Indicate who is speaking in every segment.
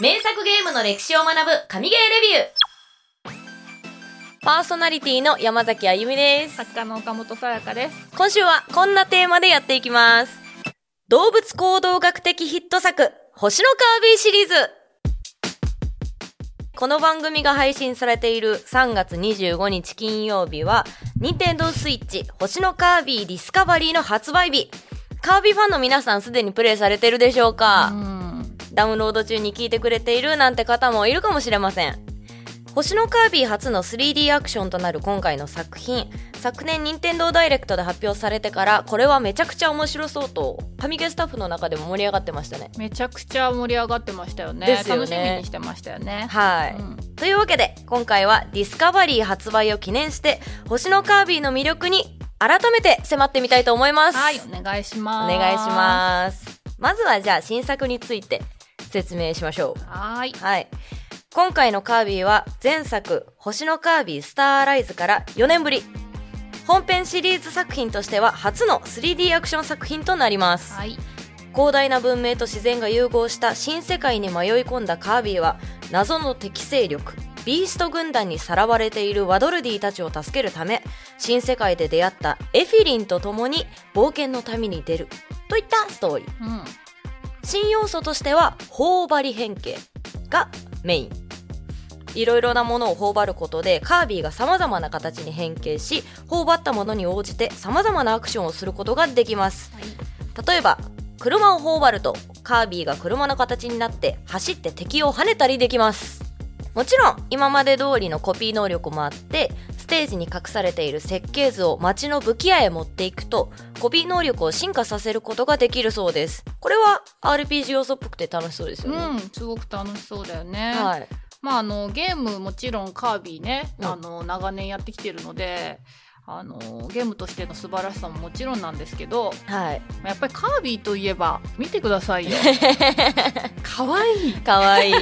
Speaker 1: 名作ゲームの歴史を学ぶ神ゲーレビューパーソナリティの山崎あゆみです
Speaker 2: 作家の岡本さやかです。
Speaker 1: 今週はこんなテーマでやっていきます動物行動学的ヒット作星のカービィシリーズこの番組が配信されている3月25日金曜日は、任天堂スイッチ星のカービィディスカバリーの発売日。カービィファンの皆さんすでにプレイされてるでしょうか、
Speaker 2: うん。
Speaker 1: ダウンロード中に聞いてくれているなんて方もいるかもしれません。星のカービィ初の 3D アクションとなる今回の作品、昨年任天堂ダイレクトで発表されてから、これはめちゃくちゃ面白そうと、神ゲスタッフの中でも盛り上がってましたね。
Speaker 2: めちゃくちゃ盛り上がってましたよね。
Speaker 1: ですよね
Speaker 2: 楽しみにしてましたよね。
Speaker 1: はい。
Speaker 2: うん
Speaker 1: というわけで、今回はディスカバリー発売を記念して、星のカービィの魅力に改めて迫ってみたいと思います。
Speaker 2: はい、お願いし
Speaker 1: お
Speaker 2: ます。
Speaker 1: 願いします。まずはじゃあ新作について説明しましょう。
Speaker 2: す。はい。
Speaker 1: はい。今回のカービィは前作、星のカービィスターアライズから4年ぶり。本編シリーズ作品としては初の 3D アクション作品となります。
Speaker 2: はい。
Speaker 1: 広大な文明と自然が融合した新世界に迷い込んだカービィは謎の敵勢力ビースト軍団にさらわれているワドルディたちを助けるため新世界で出会ったエフィリンと共に冒険の旅に出るといったストーリー
Speaker 2: うん。
Speaker 1: 新要素としては頬張り変形がメインいろいろなものを頬張ることでカービィが様々な形に変形し頬張ったものに応じて様々なアクションをすることができます例えば車を頬張るとカービィが車の形になって走って敵を跳ねたりできますもちろん今まで通りのコピー能力もあってステージに隠されている設計図を街の武器屋へ持っていくとコピー能力を進化させることができるそうですこれは RPG 要素っぽくて楽しそうですよね、
Speaker 2: うん、すごく楽しそうだよね。
Speaker 1: はい、
Speaker 2: まああのゲームもちろんカービィね、
Speaker 1: うん
Speaker 2: あの長年やってきてるので。あのゲームとしての素晴らしさももちろんなんですけど
Speaker 1: はい、
Speaker 2: やっぱりカービィといえば見てください よ可愛い
Speaker 1: かわい い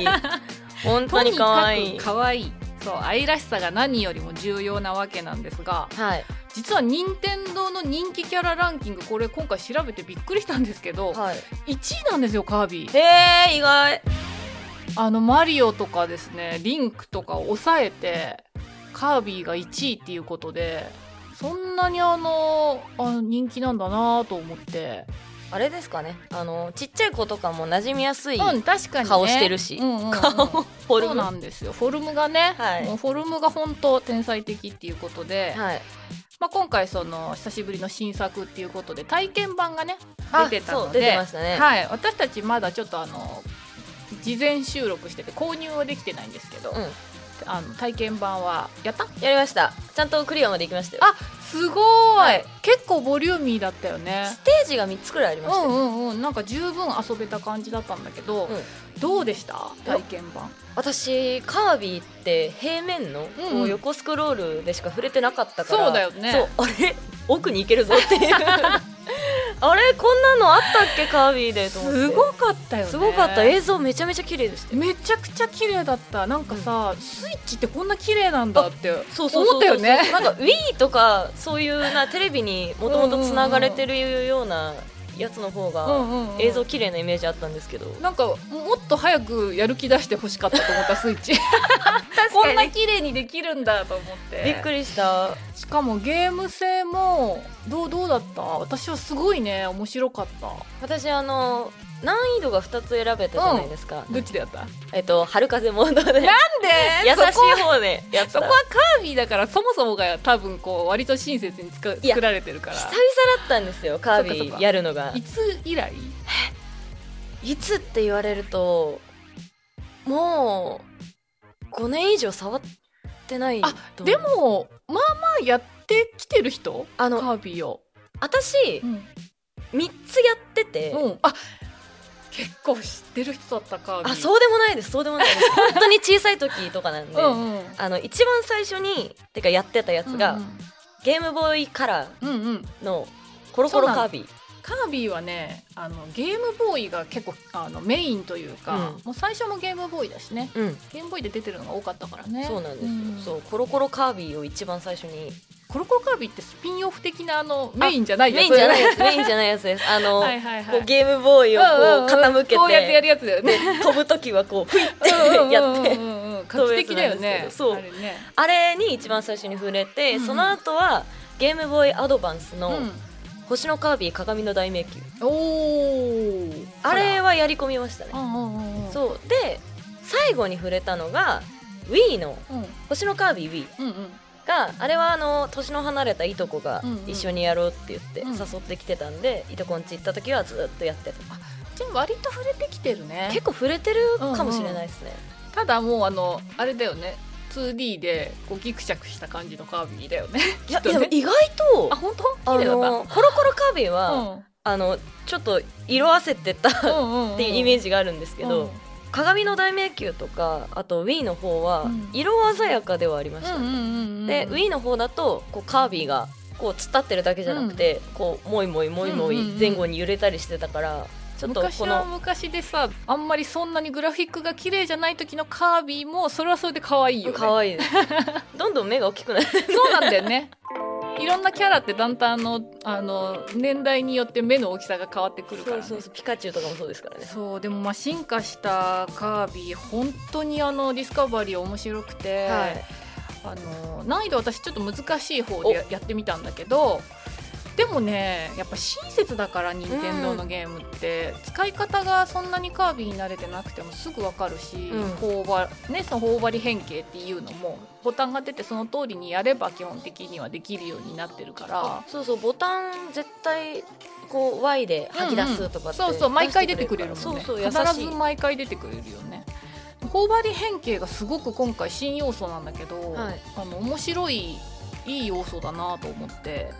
Speaker 1: 本当にかわいい
Speaker 2: とにかく可愛いそう愛らしさが何よりも重要なわけなんですが
Speaker 1: はい、
Speaker 2: 実は任天堂の人気キャラランキングこれ今回調べてびっくりしたんですけど、
Speaker 1: はい、
Speaker 2: 1位なんですよカービィ
Speaker 1: へえ意外
Speaker 2: あのマリオとかですねリンクとかを抑えてカービィが1位っていうことでそんなにあのあ人気なんだなと思って
Speaker 1: あれですかねあのちっちゃい子とかも馴染みやすい、
Speaker 2: うん確かに、ね、
Speaker 1: 顔してるし
Speaker 2: うんうんうん
Speaker 1: 顔フォル
Speaker 2: そう
Speaker 1: ム
Speaker 2: なんですよフォルムがね、
Speaker 1: はい
Speaker 2: もうフォルムが本当天才的っていうことで、
Speaker 1: はい
Speaker 2: まあ、今回その久しぶりの新作っていうことで体験版がね
Speaker 1: あ
Speaker 2: 出てた
Speaker 1: そ
Speaker 2: の
Speaker 1: う
Speaker 2: で
Speaker 1: 出てましたね
Speaker 2: はい、私たちまだちょっとあの事前収録してて購入はできてないんですけど、
Speaker 1: うん
Speaker 2: あの体験版はやった
Speaker 1: やりましたちゃんとクリアまで行きましたよ
Speaker 2: あすごい、
Speaker 1: はい
Speaker 2: 結構ボリューミーだったよね
Speaker 1: ステージが3つくらいあり
Speaker 2: う
Speaker 1: ましたよ、
Speaker 2: んうんうんなんか十分遊べた感じだったんだけど、どうでした体験版
Speaker 1: 私カービィって平面の
Speaker 2: うんうん
Speaker 1: こう横スクロールでしか触れてなかったから、
Speaker 2: そうだよね
Speaker 1: そうあれ奥に行けるぞっていう あれこんなのあったっけカービィでと思って
Speaker 2: すごかったよね
Speaker 1: すごかった映像めちゃめちゃ綺麗でしたよ
Speaker 2: めちゃくちゃ綺麗だったなんかさ、スイッチってこんな綺麗なんだって
Speaker 1: そうそうそ
Speaker 2: 思
Speaker 1: う
Speaker 2: っ
Speaker 1: そ
Speaker 2: た
Speaker 1: う
Speaker 2: よ ね
Speaker 1: なんか Wii とかそういうなテレビにもともとつながれてるようなやつの方が
Speaker 2: うんうん
Speaker 1: 映像綺麗なイメージあったんですけど、
Speaker 2: なんかもっと早くやる気出してほしかったと思 ったスイッチこんな綺麗にできるんだと思って
Speaker 1: びっくりした
Speaker 2: しかもゲーム性もどうどうだった私はすごいね面白かった
Speaker 1: 私あの難易度が2つ選べたじゃないですか、
Speaker 2: どっちでやったなん
Speaker 1: えっと春風モードで優し
Speaker 2: で
Speaker 1: い方でやっ
Speaker 2: そ
Speaker 1: た
Speaker 2: こはカービィだからそもそもが多分こう割と親切につか
Speaker 1: いや
Speaker 2: 作られてるから
Speaker 1: 久々だったんですよカービ
Speaker 2: そっかそっ
Speaker 1: ィ
Speaker 2: か
Speaker 1: やるのが
Speaker 2: いつ以来
Speaker 1: いつって言われるともう5年以上触ってない
Speaker 2: あ
Speaker 1: と思う
Speaker 2: でもまあまあやってきてる人
Speaker 1: あの
Speaker 2: カービィを、
Speaker 1: 私
Speaker 2: うん
Speaker 1: 3つやってて、
Speaker 2: うんあ結構知ってる人だったカービィ
Speaker 1: あ
Speaker 2: う
Speaker 1: そうでもないですそうでもない です本当に小さい時とかなんで、
Speaker 2: うんうん
Speaker 1: あの一番最初にてかやってたやつが、ゲームボーイカラ
Speaker 2: うんうん、うんうん
Speaker 1: ーのコロコロカービィ
Speaker 2: カービィはねあのゲームボーイが結構あのメインというか、
Speaker 1: うん
Speaker 2: もう最初もゲームボーイだしね
Speaker 1: うん
Speaker 2: ゲームボーイで出てるのが多かったからね
Speaker 1: そうなんですよ、
Speaker 2: うん
Speaker 1: そうコロコロカービィを一番最初に
Speaker 2: コロコロカービィってスピンオフ的なあのメインじゃないや
Speaker 1: メイ
Speaker 2: つ
Speaker 1: ンじゃないやつ メインじゃないやつですあの、
Speaker 2: はいはいは
Speaker 1: こ
Speaker 2: いう
Speaker 1: ゲームボーイをこう傾けて、
Speaker 2: こうやってやるやつだよね
Speaker 1: 飛ぶ時はこうふいって やって
Speaker 2: うんうんうんうん画期的だよね
Speaker 1: そう
Speaker 2: あれね
Speaker 1: あれに一番最初に触れて、
Speaker 2: うんうん
Speaker 1: その後はゲームボーイアドバンス
Speaker 2: う
Speaker 1: の
Speaker 2: ん
Speaker 1: 「星のカービィ鏡の大迷宮」
Speaker 2: おー
Speaker 1: あれはやり込みましたね
Speaker 2: う、んうんうんうん
Speaker 1: そうで最後に触れたのが Wii の
Speaker 2: うん
Speaker 1: 「星のカービィ Wii
Speaker 2: うんうん」
Speaker 1: があれはあの年の離れたいとこが
Speaker 2: うんうん
Speaker 1: 一緒にやろうって言って
Speaker 2: うん
Speaker 1: 誘ってきてたんで、いとこんち行った時はずっとやってた、
Speaker 2: じゃあ割と触れてきてるね
Speaker 1: 結構触れてるかもしれないですね、
Speaker 2: ただもうあのあれだよね 2D でこうギクシャクした感じのカービィだよね
Speaker 1: いや
Speaker 2: きっと
Speaker 1: でも
Speaker 2: ね
Speaker 1: 意外と
Speaker 2: あ本当
Speaker 1: あ
Speaker 2: 綺麗だった
Speaker 1: のコロコロカービィは、
Speaker 2: うん
Speaker 1: あのちょっと色あせてたっ
Speaker 2: っ
Speaker 1: い
Speaker 2: て
Speaker 1: うイメ
Speaker 2: ジ
Speaker 1: ージがあるんですけど、
Speaker 2: うん
Speaker 1: 鏡の大迷宮とかあと Wii の方は
Speaker 2: うん
Speaker 1: 色鮮やかではありました、
Speaker 2: うんうんうんうん、
Speaker 1: で Wii の方だとこうカービィがこう突っ立ってるだけじゃなくて、こうもいもいもいも
Speaker 2: うんうんう
Speaker 1: い
Speaker 2: ん
Speaker 1: 前後に揺れたりしてたからちょっと
Speaker 2: 昔
Speaker 1: こ
Speaker 2: は
Speaker 1: の
Speaker 2: 昔でさあんまりそんなにグラフィックが綺麗じゃない時のカービィもそれはそれで可愛いよね
Speaker 1: 可愛いです どんどん目が大きくなる
Speaker 2: そうなんだよねいろんなキャラってだんだんあのあの年代によって目の大きさが変わってくるから、ね、
Speaker 1: そうピカチュウとかもそうですからね
Speaker 2: そうでもまあ進化したカービィ本当にあのディスカバリー面白くて、
Speaker 1: はい
Speaker 2: あの難易度私ちょっと難しい方でややってみたんだけどでもねやっぱ親切だから任天堂のゲームって、使い方がそんなにカービィに慣れてなくてもすぐわかるし、
Speaker 1: うん
Speaker 2: 頬張ねその頬張り変形っていうのもボタンが出てその通りにやれば基本的にはできるようになってるから。
Speaker 1: そうそうボタン絶対こう Y で吐き出すとかって、
Speaker 2: そうそう毎回出てくれるもんね
Speaker 1: そうそう優しい
Speaker 2: 必ず毎回出てくれるよね頬張り変形がすごく今回新要素なんだけど、
Speaker 1: はい
Speaker 2: あの面白いいい要素だなと思って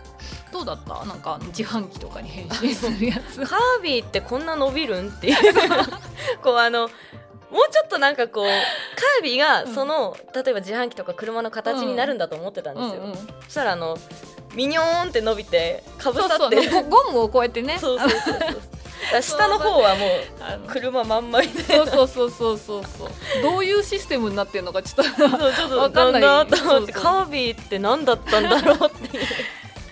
Speaker 2: どうだったなんか自販機とかに変身するや つ
Speaker 1: カービィってこんな伸びるんっていう こうあのもうちょっとなんかこうカービィがその、例えば自販機とか車の形になるんだと思ってたん
Speaker 2: う
Speaker 1: です
Speaker 2: ん
Speaker 1: よ、
Speaker 2: うん
Speaker 1: そしたらあのミニョーンって伸びてかぶ
Speaker 2: そう
Speaker 1: さ
Speaker 2: そ
Speaker 1: っ
Speaker 2: う
Speaker 1: て
Speaker 2: ねゴゴムをこうやって ね
Speaker 1: そうそうそうそうだから下の方 はもう
Speaker 2: あの
Speaker 1: 車まんまりで
Speaker 2: そうそうそうそうそうそう どういうシステムになってるのかちょっと
Speaker 1: そうちょっと
Speaker 2: わかんない
Speaker 1: だなと思って
Speaker 2: そうそう
Speaker 1: カービィって何だったんだろうっていう、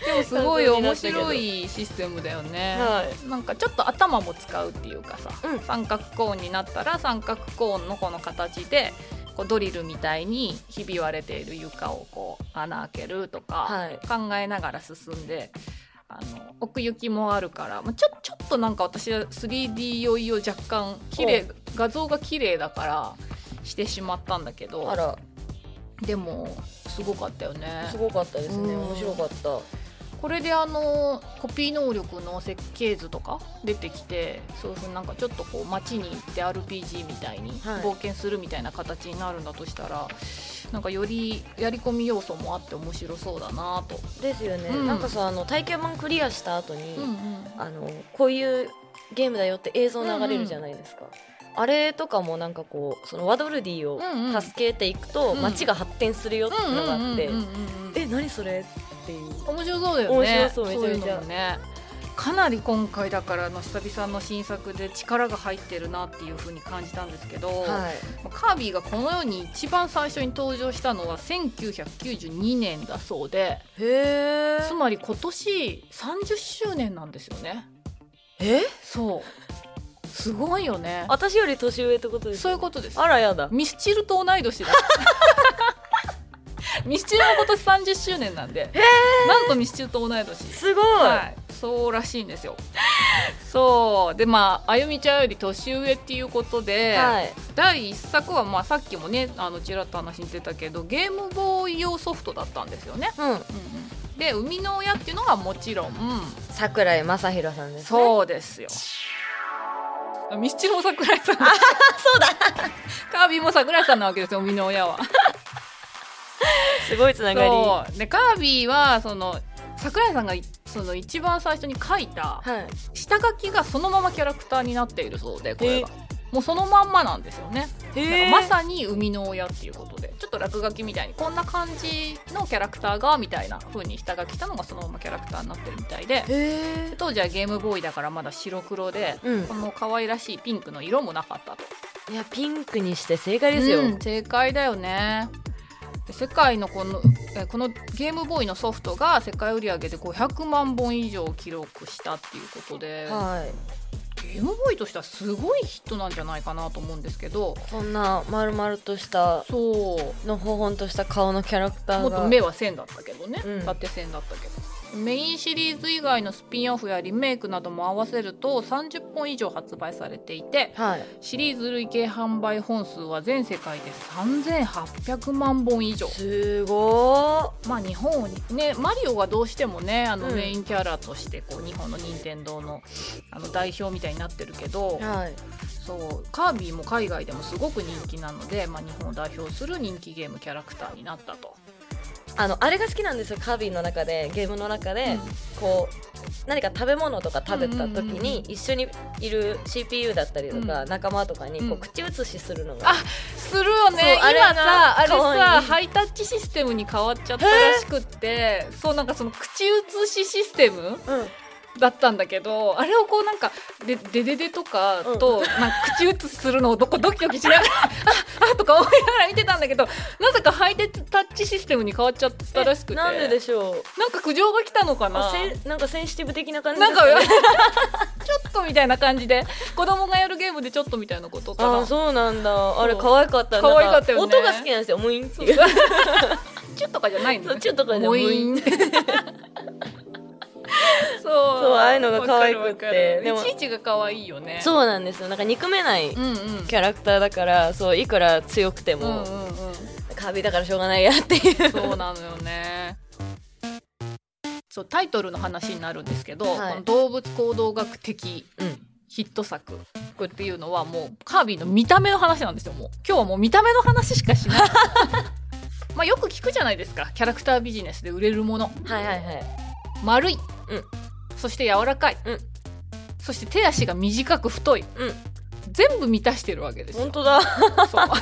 Speaker 2: でもすごい面白いシステムだよね、
Speaker 1: はい
Speaker 2: なんかちょっと頭も使うっていうかさ、
Speaker 1: うん
Speaker 2: 三角コーンになったら三角コーンのこの形でこうドリルみたいにひび割れている床をこう穴開けるとか、
Speaker 1: はい
Speaker 2: 考えながら進んであの奥行きもあるから、まあ、ちょちょっとなんか私は 3D 酔いを若干綺麗画像が綺麗だからしてしまったんだけど
Speaker 1: あら
Speaker 2: でもすごかったよね
Speaker 1: すごかったですね
Speaker 2: うん
Speaker 1: 面白かった
Speaker 2: これであのコピー能力の設計図とか出てきてそういうふうになんかちょっとこう街に行って RPG みたいに
Speaker 1: はい
Speaker 2: 冒険するみたいな形になるんだとしたら、なんかよりやり込み要素もあって面白そうだなと。
Speaker 1: ですよね、
Speaker 2: うん
Speaker 1: なんかさあの体験版クリアした後に、
Speaker 2: うんうん
Speaker 1: あのこういうゲームだよって映像流れるじゃないですか、あれとかもなんかこうそのワドルディを
Speaker 2: うんうん
Speaker 1: 助けていくと
Speaker 2: うん
Speaker 1: 街が発展するよっていうのがあって、
Speaker 2: うんうんうんうん
Speaker 1: え何それっていう
Speaker 2: 面白そうだよね
Speaker 1: 面白そう
Speaker 2: うい
Speaker 1: め
Speaker 2: う
Speaker 1: ちゃめちゃ
Speaker 2: のもねかなり今回だからあの久々の新作で力が入ってるなっていうふうに感じたんですけど、
Speaker 1: はい
Speaker 2: カービィがこの世に一番最初に登場したのは1992年だそうで
Speaker 1: へ
Speaker 2: つまり今年30周年なんですよね
Speaker 1: え
Speaker 2: そうすごいよね
Speaker 1: 私より年上ってことです
Speaker 2: そう
Speaker 1: か
Speaker 2: いうことです
Speaker 1: あらやだ
Speaker 2: ミスチルと同い年だ ミスチルも今年30周年なんでなんとミスチルと同い年
Speaker 1: すごい、
Speaker 2: はい、そうらしいんですよそうでまああゆみちゃんより年上っていうことで、
Speaker 1: はい
Speaker 2: 第1作は、まあ、さっきもねあのちらっと話に出たけどゲームボーイ用ソフトだったんですよね。
Speaker 1: うん
Speaker 2: で生みの親っていうのがもちろん、
Speaker 1: 桜井正宏さんです、ね、う
Speaker 2: そうですよ。ミスチルも桜井さんそうだ カービィも桜井さんなわけですよ生みの親は。
Speaker 1: すごいつながりは
Speaker 2: そうでカービィはその桜井さんがいその一番最初に書いた
Speaker 1: い
Speaker 2: 下書きがそのままキャラクターになっているそうでこれがもうそのまんまなんですよね。
Speaker 1: へー
Speaker 2: なんかまさに生みの親っていうことでちょっと落書きみたいにこんな感じのキャラクターがみたいな風に下書きしたのがそのままキャラクターになってるみたいで
Speaker 1: へえ
Speaker 2: 当時はゲームボーイだからまだ白黒で
Speaker 1: うん
Speaker 2: この可愛らしいピンクの色もなかったと
Speaker 1: いやピンクにして正解ですよ、
Speaker 2: うん正解だよねで世界のこのえーこのゲームボーイのソフトが世界売上で500万本以上を記録したっていうことで、
Speaker 1: はい
Speaker 2: ゲームボーイとしてはすごいヒットなんじゃないかなと思うんですけど
Speaker 1: こんな丸々とした
Speaker 2: そう
Speaker 1: のほほんとした顔のキャラクタ
Speaker 2: も
Speaker 1: ー
Speaker 2: っと
Speaker 1: が
Speaker 2: 目は線だったけどね、
Speaker 1: うん
Speaker 2: 縦線だったけどメインシリーズ以外のスピンオフやリメイクなども合わせると30本以上発売されていて
Speaker 1: はい
Speaker 2: シリーズ累計販売本数は全世界で3800万本以上
Speaker 1: すご
Speaker 2: まあ日本にねマリオがどうしてもねあの
Speaker 1: うん
Speaker 2: メインキャラとしてこう日本の任天堂のあの代表みたいになってるけど
Speaker 1: ーはい
Speaker 2: そうカービィも海外でもすごく人気なので、まあ、日本を代表する人気ゲームキャラクターになったと。
Speaker 1: あのあれが好きなんですよカービィの中でゲームの中で、
Speaker 2: うん
Speaker 1: こう何か食べ物とか食べた時
Speaker 2: うんうんうんう
Speaker 1: に一緒にいる CPU だったりとか
Speaker 2: うん
Speaker 1: 仲間とかにこ
Speaker 2: う
Speaker 1: うん口移しするのが、
Speaker 2: あするよね
Speaker 1: そうあれ
Speaker 2: 今さ
Speaker 1: さ
Speaker 2: あれ
Speaker 1: 可
Speaker 2: さ
Speaker 1: 愛い
Speaker 2: ハイタッチシステムに変わっちゃったらしくってそうなんかその口移しシステム
Speaker 1: うん
Speaker 2: だったんだけどあれをこうなんかででででとかと、なんか口移しするのを どこドキドキしながらああとか思いながら見てたんだけどなぜかハイタッチシステムに変わっちゃったらしくて
Speaker 1: なんででしょう
Speaker 2: なんか苦情が来たのかな
Speaker 1: あせんなんかセンシティブ的な感じで
Speaker 2: な
Speaker 1: す
Speaker 2: ん
Speaker 1: ね
Speaker 2: か ちょっとみたいな感じで子供がやるゲームでちょっとみたいなことか
Speaker 1: あ
Speaker 2: な
Speaker 1: ーそうなんだあれ
Speaker 2: そう
Speaker 1: 可愛かった
Speaker 2: 可愛かったよね
Speaker 1: なん音が好きなんですよムインっていう
Speaker 2: チュッとかじゃない の
Speaker 1: そうチュッとかじゃ
Speaker 2: モイ ンそうそう
Speaker 1: ああいうのが可愛くってでも
Speaker 2: いちいちが可愛いよねう
Speaker 1: そうなんですよなんか憎めない
Speaker 2: うんうん
Speaker 1: キャラクターだからそういくら強くて
Speaker 2: うんうん
Speaker 1: も、
Speaker 2: うん
Speaker 1: カービィだからしょうがないやっていう
Speaker 2: そうなのよねそうタイトルの話になるんですけど、
Speaker 1: はい
Speaker 2: この動物行動学的
Speaker 1: うん
Speaker 2: ヒット作これっていうのはもうカービィの見た目の話なんですよもう今日はもう見た目の話し かしないまあよく聞くじゃないですかキャラクタービジネスで売れるもの
Speaker 1: はいはいはい
Speaker 2: 丸い、
Speaker 1: うん
Speaker 2: そして柔らかい、
Speaker 1: うん
Speaker 2: そして手足が短く太い、
Speaker 1: うん
Speaker 2: 全部満たしてるわけですよ
Speaker 1: 本当だ
Speaker 2: そう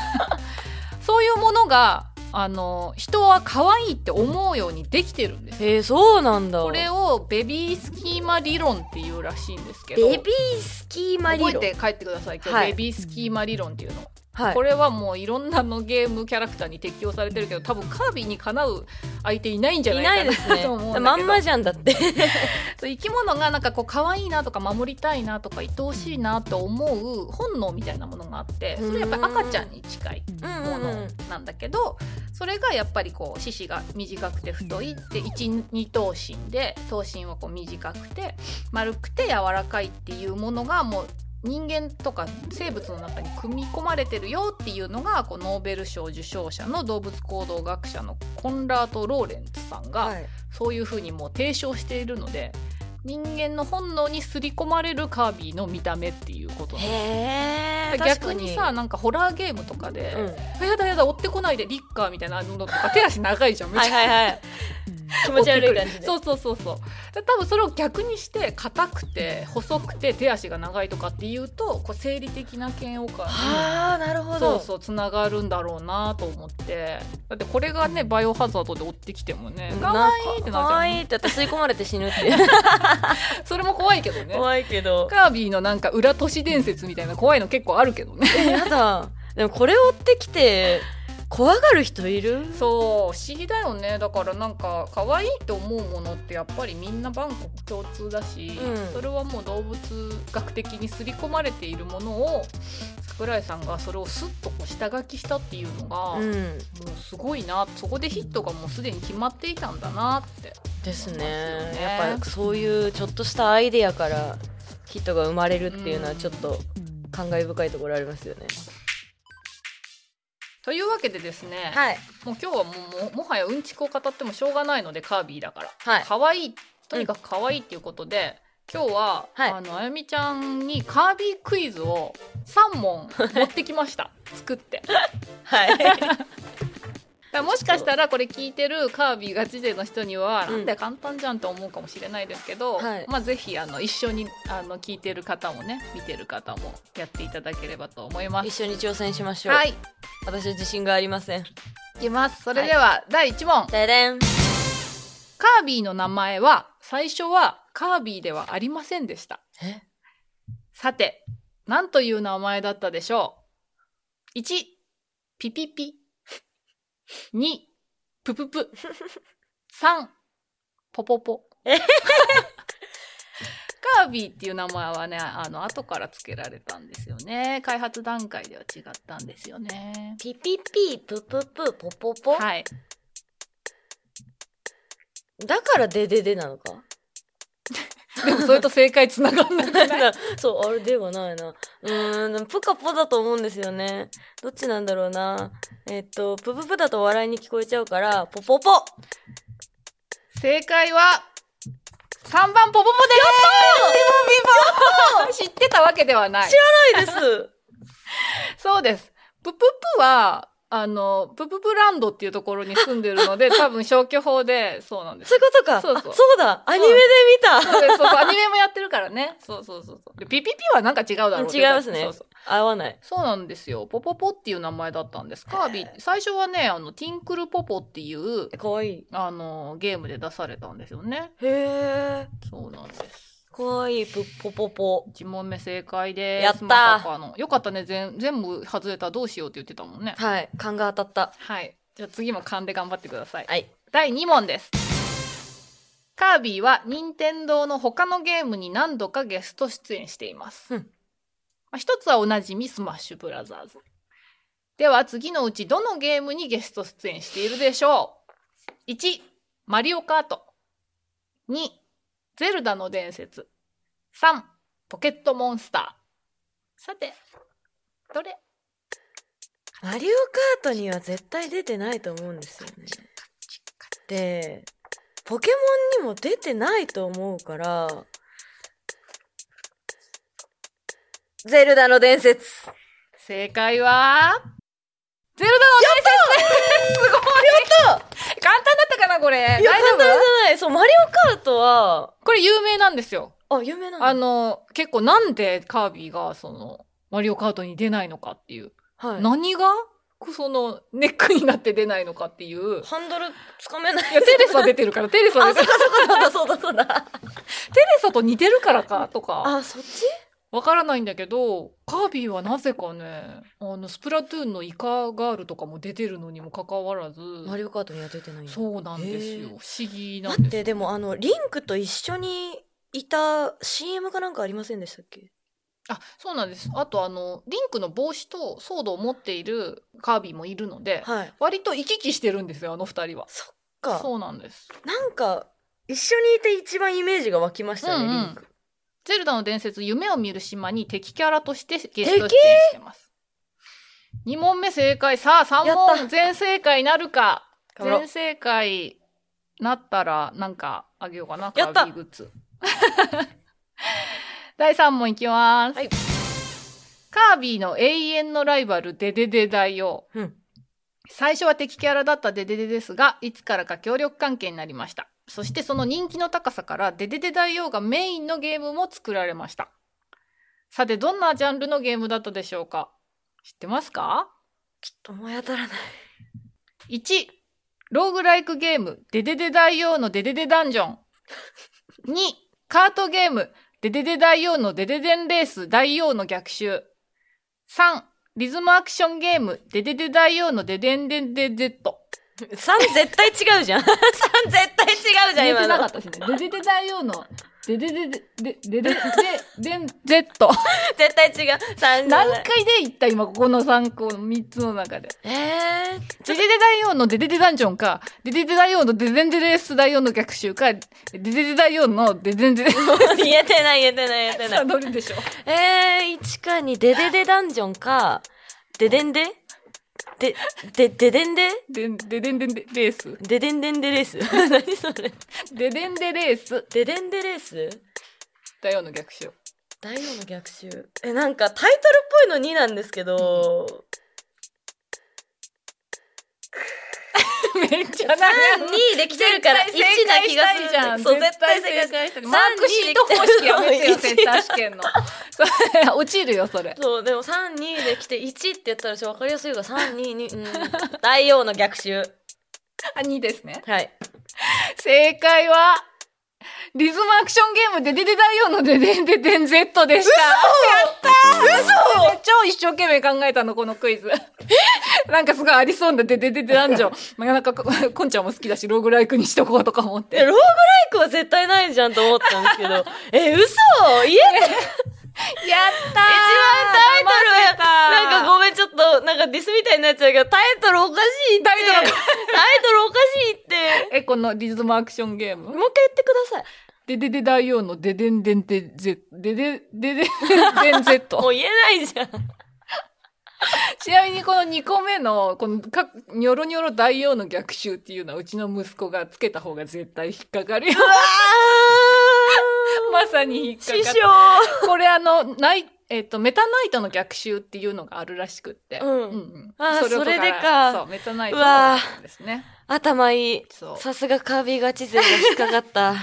Speaker 2: そういうものがあの人は可愛いって思うようにできてるんです
Speaker 1: へえそうなんだ
Speaker 2: これをベビースキーマ理論っていうらしいんですけど
Speaker 1: ベビースキーマリロ
Speaker 2: 覚えて帰ってください今日、
Speaker 1: はい
Speaker 2: ベビースキーマ理論っていうの、
Speaker 1: はい
Speaker 2: これはもういろんなのゲームキャラクターに適用されてるけど多分カービィにかなう相手いないんじゃないいかな
Speaker 1: ないです ね
Speaker 2: と思うんだけど
Speaker 1: まんまじゃんだって
Speaker 2: そう生き物がなんかこう可愛いなとか守りたいなとか愛おしいなと思う本能みたいなものがあってそれやっぱり赤ちゃんに近い
Speaker 1: うん
Speaker 2: ものなんだけどそれがやっぱりこう四肢が短くて太いって12頭身で頭身はこう短くて丸くて柔らかいっていうものがもう人間とか生物の中に組み込まれてるよっていうのがこうノーベル賞受賞者の動物行動学者のコンラート・ローレンツさんが、
Speaker 1: はい
Speaker 2: そういうふうにもう提唱しているので人間の本能に刷り込まれるカービィの見た目っていうことなの
Speaker 1: へえ
Speaker 2: 逆にさなんかホラーゲームとかで
Speaker 1: うん
Speaker 2: 「やだやだ追ってこないでリッカー」みたいなのとか手足長いじゃんめっ
Speaker 1: は
Speaker 2: ち
Speaker 1: い
Speaker 2: ゃ
Speaker 1: はいはい気持ち悪い感じで
Speaker 2: そうそうそうそうで多分それを逆にして硬くて細くて手足が長いとかっていうとこう生理的な嫌悪感に
Speaker 1: はあなるほ
Speaker 2: そ
Speaker 1: ど
Speaker 2: うそうつながるんだろうなと思ってだってこれがねバイオハザードで追ってきてもねかわいいってなっち
Speaker 1: 可
Speaker 2: ゃう
Speaker 1: 愛いってやったら吸い込まれて死ぬっていう
Speaker 2: それも怖いけどね
Speaker 1: 怖いけど
Speaker 2: カービィのなんか裏都市伝説みたいな怖いの結構あるけどね
Speaker 1: えやだでもこれを追ってきて怖がる人いる
Speaker 2: そう不思議だよねだからなんか可愛いと思うものってやっぱりみんな万国共通だし、
Speaker 1: うん
Speaker 2: それはもう動物学的に刷り込まれているものを桜井さんがそれをスッとこう下書きしたっていうのが、
Speaker 1: うん
Speaker 2: もうすごいなそこでヒットがもうすでに決まっていたんだなって
Speaker 1: ですね
Speaker 2: 思いますよね
Speaker 1: やっぱそういうちょっとしたアイデアからヒットが生まれるっていうのはちょっと感慨深いところありますよね、
Speaker 2: というわけでですね、
Speaker 1: はい
Speaker 2: もう今日はもうももはやうんちくを語ってもしょうがないのでカービィだから。
Speaker 1: はい
Speaker 2: 可愛いとにかく可愛いっていうことで、今日は、
Speaker 1: はい
Speaker 2: あのあやみちゃんにカービィクイズを3問 持ってきました作ってだか
Speaker 1: はい
Speaker 2: らもしかしたらこれ聞いてるカービィガチ勢の人には、
Speaker 1: うん
Speaker 2: なんで簡単じゃんと思うかもしれないですけど、
Speaker 1: はい
Speaker 2: まあぜひあの一緒にあの聞いてる方もね見てる方もやっていただければと思いま
Speaker 1: 一
Speaker 2: す
Speaker 1: 緒に挑戦しましょう、
Speaker 2: はいい
Speaker 1: 私は自信がありません
Speaker 2: きますそれでは、第1問
Speaker 1: ででん
Speaker 2: カービィの名前は最初はカービィではありませんでした
Speaker 1: え
Speaker 2: さて、何という名前だったでしょう ?1、ピピピ。2、ぷぷぷ。3、ポポポ。
Speaker 1: え
Speaker 2: カービィっていう名前はね、あの、後から付けられたんですよね。開発段階では違ったんですよね。
Speaker 1: ピピピ、プププ、ポポポ。
Speaker 2: はい。
Speaker 1: だからデデデなのか。
Speaker 2: でもそれと正解つながん なくない
Speaker 1: そう、あれではないな。うーん、プカポだと思うんですよね。どっちなんだろうな。えっと、プププだと笑いに聞こえちゃうから、ポポポ
Speaker 2: 正解は、3番ポポポです知ってたわけではない。
Speaker 1: ない です。
Speaker 2: そうです。プププは、あの、プププランドっていうところに住んでる ので、多分消去法で、そうなんです
Speaker 1: そうい。うことか。
Speaker 2: そう
Speaker 1: そ
Speaker 2: そうう
Speaker 1: そうだ。アニメで見た。
Speaker 2: そうですそうそう、アニメもやってるからね。そうそうそうそう。で、ピピピはなんか違うだろうけど
Speaker 1: 違いますね
Speaker 2: そうそう。
Speaker 1: 合わない。
Speaker 2: そうなんですよ。ポポポっていう名前だったんです。カービィ、最初はね、あの、ティンクルポポっていう、
Speaker 1: かわいい。
Speaker 2: あの、ゲームで出されたんですよね。
Speaker 1: へえ。
Speaker 2: そうなんです。
Speaker 1: かわいい、プポポポ。
Speaker 2: 1問目正解です。
Speaker 1: やったー
Speaker 2: まさかの。よかったね。全全部外れたらどうしようって言ってたもんね。
Speaker 1: はい。勘が当たった。
Speaker 2: はい。じゃあ次も勘で頑張ってください。
Speaker 1: はい。
Speaker 2: 第2問です。カービィは任天堂の他のゲームに何度かゲスト出演しています。
Speaker 1: うん
Speaker 2: まあ一つはおなじみスマッシュブラザーズ。では次のうちどのゲームにゲスト出演しているでしょう ?1、マリオカート。2、ゼルダの伝説。3、ポケットモンスター。さて、どれ
Speaker 1: マリオカートには絶対出てないと思うんですよね。で、ポケモンにも出てないと思うから、ゼルダの伝説。
Speaker 2: 正解は、ゼルダの伝説ですすごい
Speaker 1: やった
Speaker 2: 簡単だったかなこれ。大
Speaker 1: いや、
Speaker 2: 丈
Speaker 1: 簡単じゃ
Speaker 2: 夫
Speaker 1: ない。そう、マリオカートは、
Speaker 2: これ有名なんですよ。
Speaker 1: あ、有名なの
Speaker 2: あ、の、結構なんでカービィが、その、マリオカートに出ないのかっていう。
Speaker 1: はい。
Speaker 2: 何が、その、ネックになって出ないのかって いう。
Speaker 1: ハンドルつかめない。
Speaker 2: いや、テレサ出て るから、テレサ
Speaker 1: あ、
Speaker 2: 出て
Speaker 1: そう
Speaker 2: る。テ
Speaker 1: かそうかそうだそうだそうだ。
Speaker 2: レサと似てるからか、とか。
Speaker 1: あ、そっち
Speaker 2: わからないんだけど、カービィはなぜかね、あの、スプラトゥーンのイカガールとかも出てるのにもかかわらず、
Speaker 1: マリオカートには出てないんだ
Speaker 2: そうなんです
Speaker 1: へー
Speaker 2: よ。不思議なん
Speaker 1: 待っ
Speaker 2: です
Speaker 1: て、でもあの、リンクと一緒にいた CM かなんかありませんでしたっけ
Speaker 2: あ、そうなんです。あと、あの、リンクの帽子とソードを持っているカービィもいるので、
Speaker 1: はい。
Speaker 2: 割と行き来してるんですよ、あの二人は。
Speaker 1: そっか。
Speaker 2: そうなんです。
Speaker 1: なんか、一緒にいて一番イメージが湧きましたね、
Speaker 2: うんうん
Speaker 1: リンク。
Speaker 2: ゼルダの伝説、夢を見る島に敵キャラとしてゲスト出演
Speaker 1: 敵
Speaker 2: してます。2問目正解。さあ、3
Speaker 1: やった
Speaker 2: 問全正解なるか。
Speaker 1: 頑張ろう
Speaker 2: 全正解なったら、なんかあげようかな。
Speaker 1: やった
Speaker 2: カービィグッズ。 第3問いきます。
Speaker 1: はい
Speaker 2: カービィの永遠のライバル、デデデ大王。
Speaker 1: うん
Speaker 2: 最初は敵キャラだったデデデですが、いつからか協力関係になりました。そしてその人気の高さから、デデデ大王がメインのゲームも作られました。さて、どんなジャンルのゲームだったでしょうか知ってますか
Speaker 1: ちょっと思い当たらない。
Speaker 2: 1、ローグライクゲーム、デデデ大王のデデデダンジョン。2、カートゲーム、デデデ大王のデデデンレース、大王の逆襲。3、リズムアクションゲーム、デデデ大王のデデンデンデデット。
Speaker 1: 3絶対違うじゃん。3絶 対違うじゃん、
Speaker 2: 言え
Speaker 1: 今
Speaker 2: てなか
Speaker 1: の
Speaker 2: っ。たしね。デデデ大王のデデデデデデデデデンゼット。
Speaker 1: 絶対違う。3じゃ
Speaker 2: 何
Speaker 1: ない。
Speaker 2: 回で言った今、ここの3個、3つの中で。
Speaker 1: えー、
Speaker 2: デデデ大王のデデデダンジョンか、デデデ大王のデデンデレース大王の逆襲か、デデデ大王のデデンデレース
Speaker 1: 言えてない、言えてない、言えて
Speaker 2: さ
Speaker 1: な
Speaker 2: あどれでしょう
Speaker 1: い。えー、1か2、デデデダンジョンか、デデンデで、で、デデンデ
Speaker 2: デンデデンデンデレース。
Speaker 1: デデンデンデレース 何それ
Speaker 2: デデンデレース
Speaker 1: デデンデレース
Speaker 2: 大王の逆襲。
Speaker 1: 大王の逆襲えなんかタイトルっぽいの2なんですけど
Speaker 2: めっ
Speaker 1: 3
Speaker 2: ちゃ長い。
Speaker 1: 2できてるから1な気がする
Speaker 2: じゃん。
Speaker 1: そう絶対
Speaker 2: 正
Speaker 1: 正解
Speaker 2: 解したい。
Speaker 1: 3
Speaker 2: マークシート方式やめてよ、
Speaker 1: 2でき
Speaker 2: セン
Speaker 1: て
Speaker 2: ター試験の。それ、落ちるよ、それ。
Speaker 1: そうでも32できて1って言ったらちょっと分かりやすいから322うん 大王の逆襲
Speaker 2: あ、2ですね。
Speaker 1: はい
Speaker 2: 正解は、リズムアクションゲームデデデ大王のデデンデデン Z でした。
Speaker 1: 嘘
Speaker 2: 超一生懸命考えたの、このクイズ。なんかすごいありそうな、でででで男女。まあ、なんか、ここんちゃんも好きだし、ローグライクにしとこうとか思っ
Speaker 1: え、
Speaker 2: て。
Speaker 1: ローグライクは絶対ないじゃんと思ったんですけど。え、嘘家で
Speaker 2: ったー
Speaker 1: 一番タイトルなんか
Speaker 2: ご
Speaker 1: ごめん、ちょっと、なんかディスみたいになっちゃうけど、タイトルおかしいって。
Speaker 2: タイトルおかしい
Speaker 1: タイトルおかしいって。
Speaker 2: え、このリズムアクションゲーム
Speaker 1: も。う一回言ってください。
Speaker 2: ででで大王のででんでんてぜ、でで、ででででん
Speaker 1: も
Speaker 2: Z。
Speaker 1: う言えないじゃん。
Speaker 2: ちなみにこの2個目の、このか、ニョロニョロ大王の逆襲っていうのは、うちの息子がつけた方が絶対引っか かるよ。まさに引っかか
Speaker 1: 師
Speaker 2: る
Speaker 1: 匠。
Speaker 2: これあの、ない、えっ、と、メタナイトの逆襲っていうのがあるらしくって。
Speaker 1: うん
Speaker 2: ん
Speaker 1: あー
Speaker 2: を
Speaker 1: それでか
Speaker 2: そう、メタナイト
Speaker 1: うわ
Speaker 2: のですね。
Speaker 1: 頭いい。
Speaker 2: そう。
Speaker 1: さすがカービィガチ勢が引っかか った。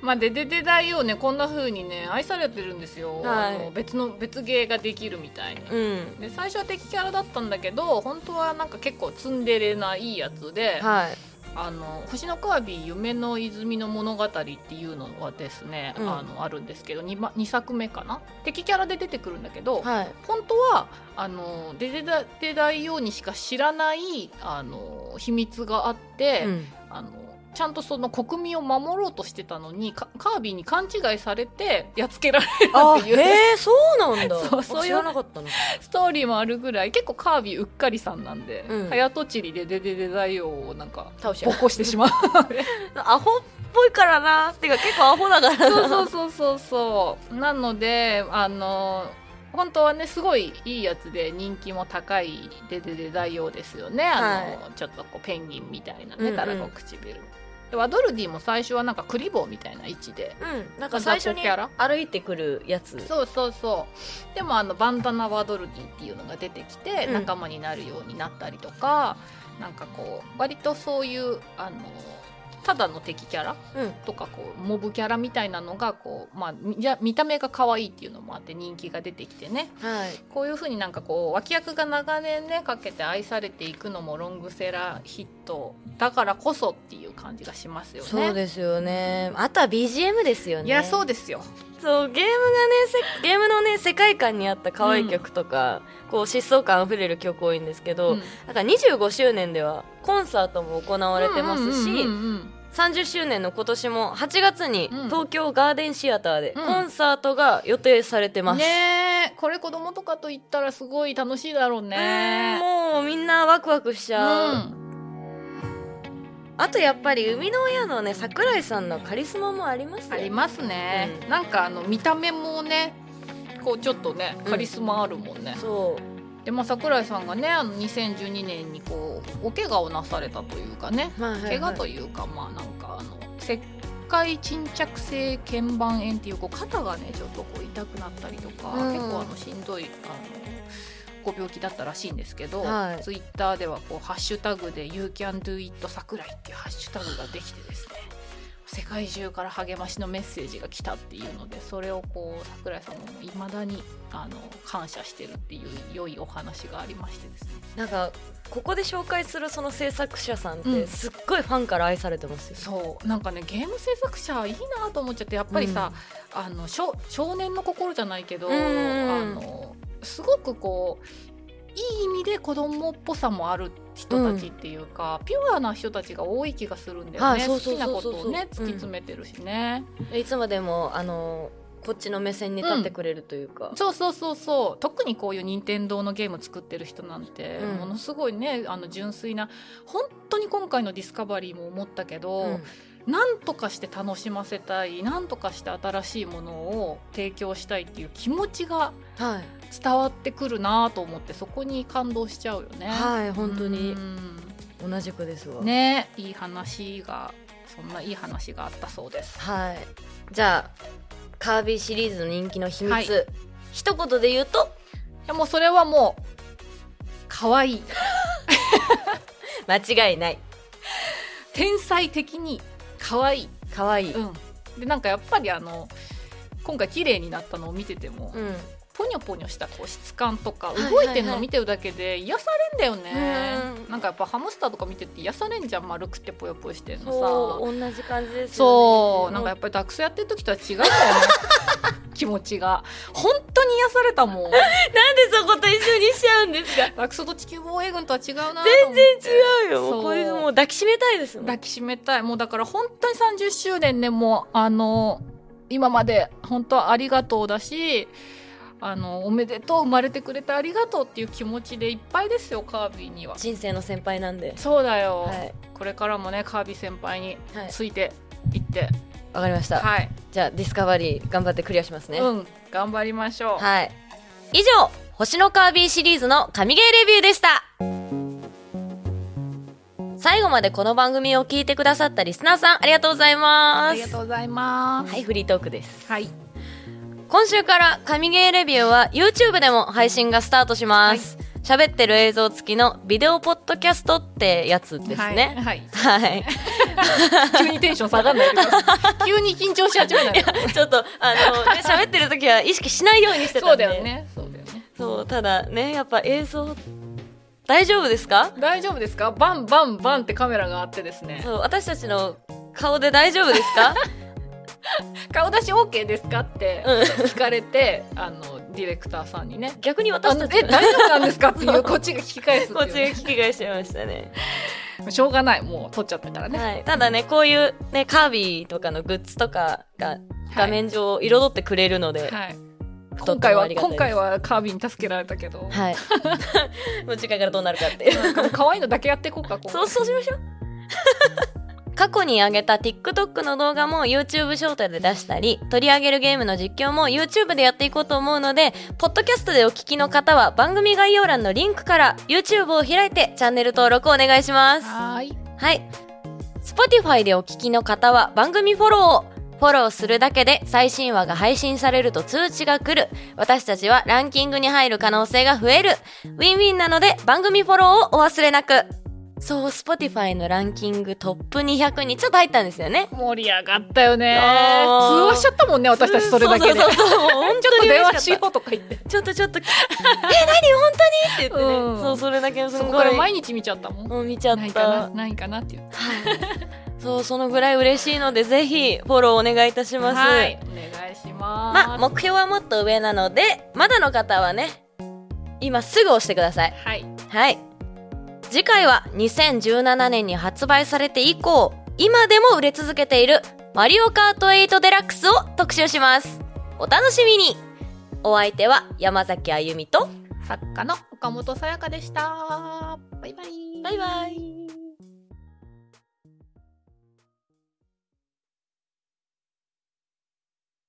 Speaker 2: まあ、デデデ大王ね、こんな風にね、愛されてるんですよ。
Speaker 1: はい
Speaker 2: あの別の、別芸ができるみたいに。
Speaker 1: うん。
Speaker 2: で、最初は敵キャラだったんだけど、本当はなんか結構ツンデレないいやつで、
Speaker 1: はい。
Speaker 2: あの、星のカービィ夢の泉の物語っていうのはですね、
Speaker 1: うん
Speaker 2: あの、あるんですけど、2, 2作目かな敵キャラで出てくるんだけど、
Speaker 1: はい。
Speaker 2: 本当はあのデデダデダイオにしか知らないあの秘密があって、
Speaker 1: うん。
Speaker 2: あのちゃんとその国民を守ろうとしてたのにかカービィに勘違いされてやっつけられ
Speaker 1: あ、
Speaker 2: るっていう
Speaker 1: へえ、 そうなんだ。
Speaker 2: そうそういう
Speaker 1: 知らなかったの。
Speaker 2: ストーリーもあるぐらい結構カービィうっかりさんなんで、
Speaker 1: うん
Speaker 2: 早とちりでデデデダイオをなんか
Speaker 1: 倒しちゃ
Speaker 2: 起
Speaker 1: う。
Speaker 2: こしてしまう
Speaker 1: アホっぽいからな。てか結構アホだから
Speaker 2: そう
Speaker 1: な。
Speaker 2: そうそうそうそうなのであの本当はねすごいいいやつで人気も高いデデデ大王ですよねあの、ちょっとこうペンギンみたいな
Speaker 1: うんう
Speaker 2: ね
Speaker 1: ん
Speaker 2: たらこ唇、でワドルディも最初はなんかクリボーみたいな位置で
Speaker 1: うん。なんか最初に歩いてくるやつ。
Speaker 2: そうそうそうでもあのバンダナワドルディっていうのが出てきて
Speaker 1: うん
Speaker 2: 仲間になるようになったりとか、なんかこう割とそういうあのただの敵キャラ
Speaker 1: うん。
Speaker 2: とかこうモブキャラみたいなのがこう、まあ、みじゃ見た目が可愛いっていうのもあって人気が出てきてね
Speaker 1: はい。
Speaker 2: こういうふうになんかこう脇役が長年ねかけて愛されていくのもロングセラーヒットだからこそっていう感じがしますよね。
Speaker 1: そうですよね。あとは BGM ですよね。
Speaker 2: いやそうですよ。
Speaker 1: そうゲームがねせゲームのね世界観に合った可愛い曲とか、こう疾走感あふれる曲多いんですけど、
Speaker 2: うん
Speaker 1: なんか25周年ではコンサートも行われてますし、
Speaker 2: うんうんうん
Speaker 1: 30周年の今年も8月に
Speaker 2: うん
Speaker 1: 東京ガーデンシアターで
Speaker 2: うん
Speaker 1: コンサートが予定されて
Speaker 2: うん
Speaker 1: ます。
Speaker 2: ねえこれ子供とかと言ったらすごい楽しいだろう
Speaker 1: うん
Speaker 2: ね。
Speaker 1: もうみんなワクワクしち
Speaker 2: う
Speaker 1: ゃう、
Speaker 2: ん
Speaker 1: あとやっぱり生みの親のね桜井さんのカリスマもありますよ
Speaker 2: ありますね、
Speaker 1: う
Speaker 2: なんかあの見た目もねこうちょっとねカリスマあるもんね。
Speaker 1: そう
Speaker 2: でまあ、桜井さんがねあの2012年にこうお怪我をなされたというかね、
Speaker 1: まあはいはい
Speaker 2: 怪我というかまあなんかあの石灰沈着性腱板炎っていうこう肩がねちょっとこう痛くなったりとか、
Speaker 1: うん
Speaker 2: 結構あのしんどいあのご病気だったらしいんですけど、
Speaker 1: はい
Speaker 2: ツイッターではこうハッシュタグで「YouCanDoIt 桜井」っていうハッシュタグができてですね世界中から励ましのメッセージが来たっていうのでそれをこう桜井さんもいまだにあの感謝してるっていう良いお話がありましてですね
Speaker 1: なんかここで紹介するその制作者さんって、
Speaker 2: うん
Speaker 1: すっごいファンから愛されてますよ
Speaker 2: そうなんかねゲーム制作者いいなと思っちゃってやっぱりさ、あの少少年の心じゃないけど、
Speaker 1: うんうん
Speaker 2: あのすごくこういい意味で子供っぽさもある人たちっていうか、ピュアな人たちが多い気がするんだよ
Speaker 1: はい
Speaker 2: ね、
Speaker 1: そう
Speaker 2: 好
Speaker 1: そう
Speaker 2: き
Speaker 1: そう
Speaker 2: な
Speaker 1: そう
Speaker 2: ことをね
Speaker 1: うん
Speaker 2: 突き詰めてるしね、
Speaker 1: いつまでもあのこっちの目線に立ってくれるというか、
Speaker 2: そうそうそうそう特にこういう任天堂のゲーム作ってる人なんて、
Speaker 1: うん
Speaker 2: ものすごいねあの純粋な本当に今回の「ディスカバリー」も思ったけど、
Speaker 1: うん
Speaker 2: なんとかして楽しませたいなんとかして新しいものを提供したいっていう気持ちが
Speaker 1: はい、
Speaker 2: 伝わってくるなと思ってそこに感動しちゃうよね。
Speaker 1: はい、本当に
Speaker 2: う
Speaker 1: 同じくですわ、
Speaker 2: んねいい話がそんないい話があったそうです。
Speaker 1: はいじゃあカービィシリーズの人気の秘密、
Speaker 2: はい
Speaker 1: 一言で言うと
Speaker 2: いやもうそれはもう可愛い
Speaker 1: 間違いない
Speaker 2: 天才的に可愛い。
Speaker 1: 可愛い
Speaker 2: うん、でなんかやっぱりあの今回綺麗になったのを見てても、
Speaker 1: うん、
Speaker 2: ポニョポニョしたこう質感とか
Speaker 1: いはい
Speaker 2: 動いてるの見てるだけで癒されんだよね、
Speaker 1: うん
Speaker 2: なんかやっぱハムスターとか見てって癒されんじゃん丸くてぽよぽよしてるのさ
Speaker 1: そう同じ感じですよね
Speaker 2: そうなんか
Speaker 1: も
Speaker 2: やっぱりダックスやってる時とは 違うんだよね気持ちが本当に癒されたもん
Speaker 1: なんでそこと一緒にしちゃうん ですか
Speaker 2: ダックスと地球防衛軍とは違うなと思って
Speaker 1: 全然違うよ
Speaker 2: そう
Speaker 1: これもう抱きしめたいですもん
Speaker 2: 抱きしめたいもうだから本当に30周年ねもうあの今まで本当ありがとうだしあのおめでとう生まれてくれてありがとうっていう気持ちでいっぱいですよカービィには
Speaker 1: 人生の先輩なんで
Speaker 2: そうだよ、
Speaker 1: はい
Speaker 2: これからもねカービィ先輩に
Speaker 1: はい
Speaker 2: ついていって
Speaker 1: わかりました、
Speaker 2: はい、
Speaker 1: じゃあディスカバリー頑張ってクリアしますね、
Speaker 2: うん頑張りましょう
Speaker 1: はい以上星のカービィシリーズの神ゲーレビューでした最後までこの番組を聞いてくださったリスナーさんありがとうございます
Speaker 2: ありがとうございます
Speaker 1: はいフリートークです
Speaker 2: はい
Speaker 1: 今週から神ゲーレビューは YouTube でも配信がスタートします。喋、ってる映像付きのビデオポッドキャストってやつですね。
Speaker 2: はい、はい
Speaker 1: はい。
Speaker 2: 急にテンション下がんないでくださ い急に緊張し始めた よ
Speaker 1: ちょっと、あの、ね、喋ってる時は意識しないようにしてた
Speaker 2: そうん
Speaker 1: で。
Speaker 2: だよ。ねそうだよね
Speaker 1: そう、ただね、やっぱ映像、大丈夫ですか
Speaker 2: 大丈夫ですかバンバンバンってカメラがあってですね
Speaker 1: そう、私たちの顔で大丈夫ですか
Speaker 2: 顔出し OK ですかって
Speaker 1: うん
Speaker 2: 聞かれて、あのディレクターさんに ね
Speaker 1: 逆に
Speaker 2: あ
Speaker 1: 私
Speaker 2: の
Speaker 1: た
Speaker 2: え
Speaker 1: ち
Speaker 2: 大丈夫なんですかっていうこっちが聞き返す
Speaker 1: こ
Speaker 2: っ
Speaker 1: ってち
Speaker 2: い
Speaker 1: が
Speaker 2: うね
Speaker 1: 聞き返しちゃいましたね。
Speaker 2: しょうがないもう撮っちゃったからね、
Speaker 1: はい。ただね、こういうね、カービィとかのグッズとかが画面上を彩ってくれるので、
Speaker 2: はい
Speaker 1: とっ
Speaker 2: 今
Speaker 1: て
Speaker 2: 回
Speaker 1: もあ
Speaker 2: は
Speaker 1: りがたい
Speaker 2: 今
Speaker 1: です
Speaker 2: 回はカービィに助けられたけど、
Speaker 1: はい。 もう次回からどうなるかっていう。
Speaker 2: なんかもう可愛いのだけやっていこうかこ
Speaker 1: そう、そうしましょう。過去に上げた TikTok の動画も YouTube ショートで出したり、取り上げるゲームの実況も YouTube でやっていこうと思うので、ポッドキャストでお聞きの方は番組概要欄のリンクから YouTube を開いてチャンネル登録お願いします。
Speaker 2: はーい
Speaker 1: はい。Spotify でお聞きの方は番組フォローを。フォローするだけで最新話が配信されると通知が来る。私たちはランキングに入る可能性が増える。ウィンウィンなので番組フォローをお忘れなく。そう、Spotify のランキングトップ200にちょっと入ったんですよね。
Speaker 2: 盛り上がったよね通
Speaker 1: あー
Speaker 2: 話しちゃったもんね私たちそれだけで
Speaker 1: そうそうそうそう。もう本
Speaker 2: ちょっ
Speaker 1: 当
Speaker 2: と
Speaker 1: に
Speaker 2: 電
Speaker 1: 嬉し
Speaker 2: 話し
Speaker 1: か
Speaker 2: よ
Speaker 1: った。
Speaker 2: うとか言って
Speaker 1: ちょっとちょっと、え、何本当にって言ってね。
Speaker 2: うん
Speaker 1: そう、それだけす
Speaker 2: そ
Speaker 1: ご
Speaker 2: こ
Speaker 1: い。
Speaker 2: から毎日見ちゃったもん
Speaker 1: もう見ちゃっ
Speaker 2: ないか
Speaker 1: た
Speaker 2: な。ないかなって言って
Speaker 1: そう、そのぐらい嬉しいので、ぜひフォローお願いいたします。
Speaker 2: はいお願いします
Speaker 1: まあ、目標はもっと上なので、まだの方はね、今すぐ押してください。
Speaker 2: はい
Speaker 1: はい。次回は2017年に発売されて以降、今でも売れ続けているマリオカート8デラックスを特集します。お楽しみにお相手は山崎あゆみと、
Speaker 2: 作家の岡本さやかでした。バイバイ。
Speaker 1: バイバイ。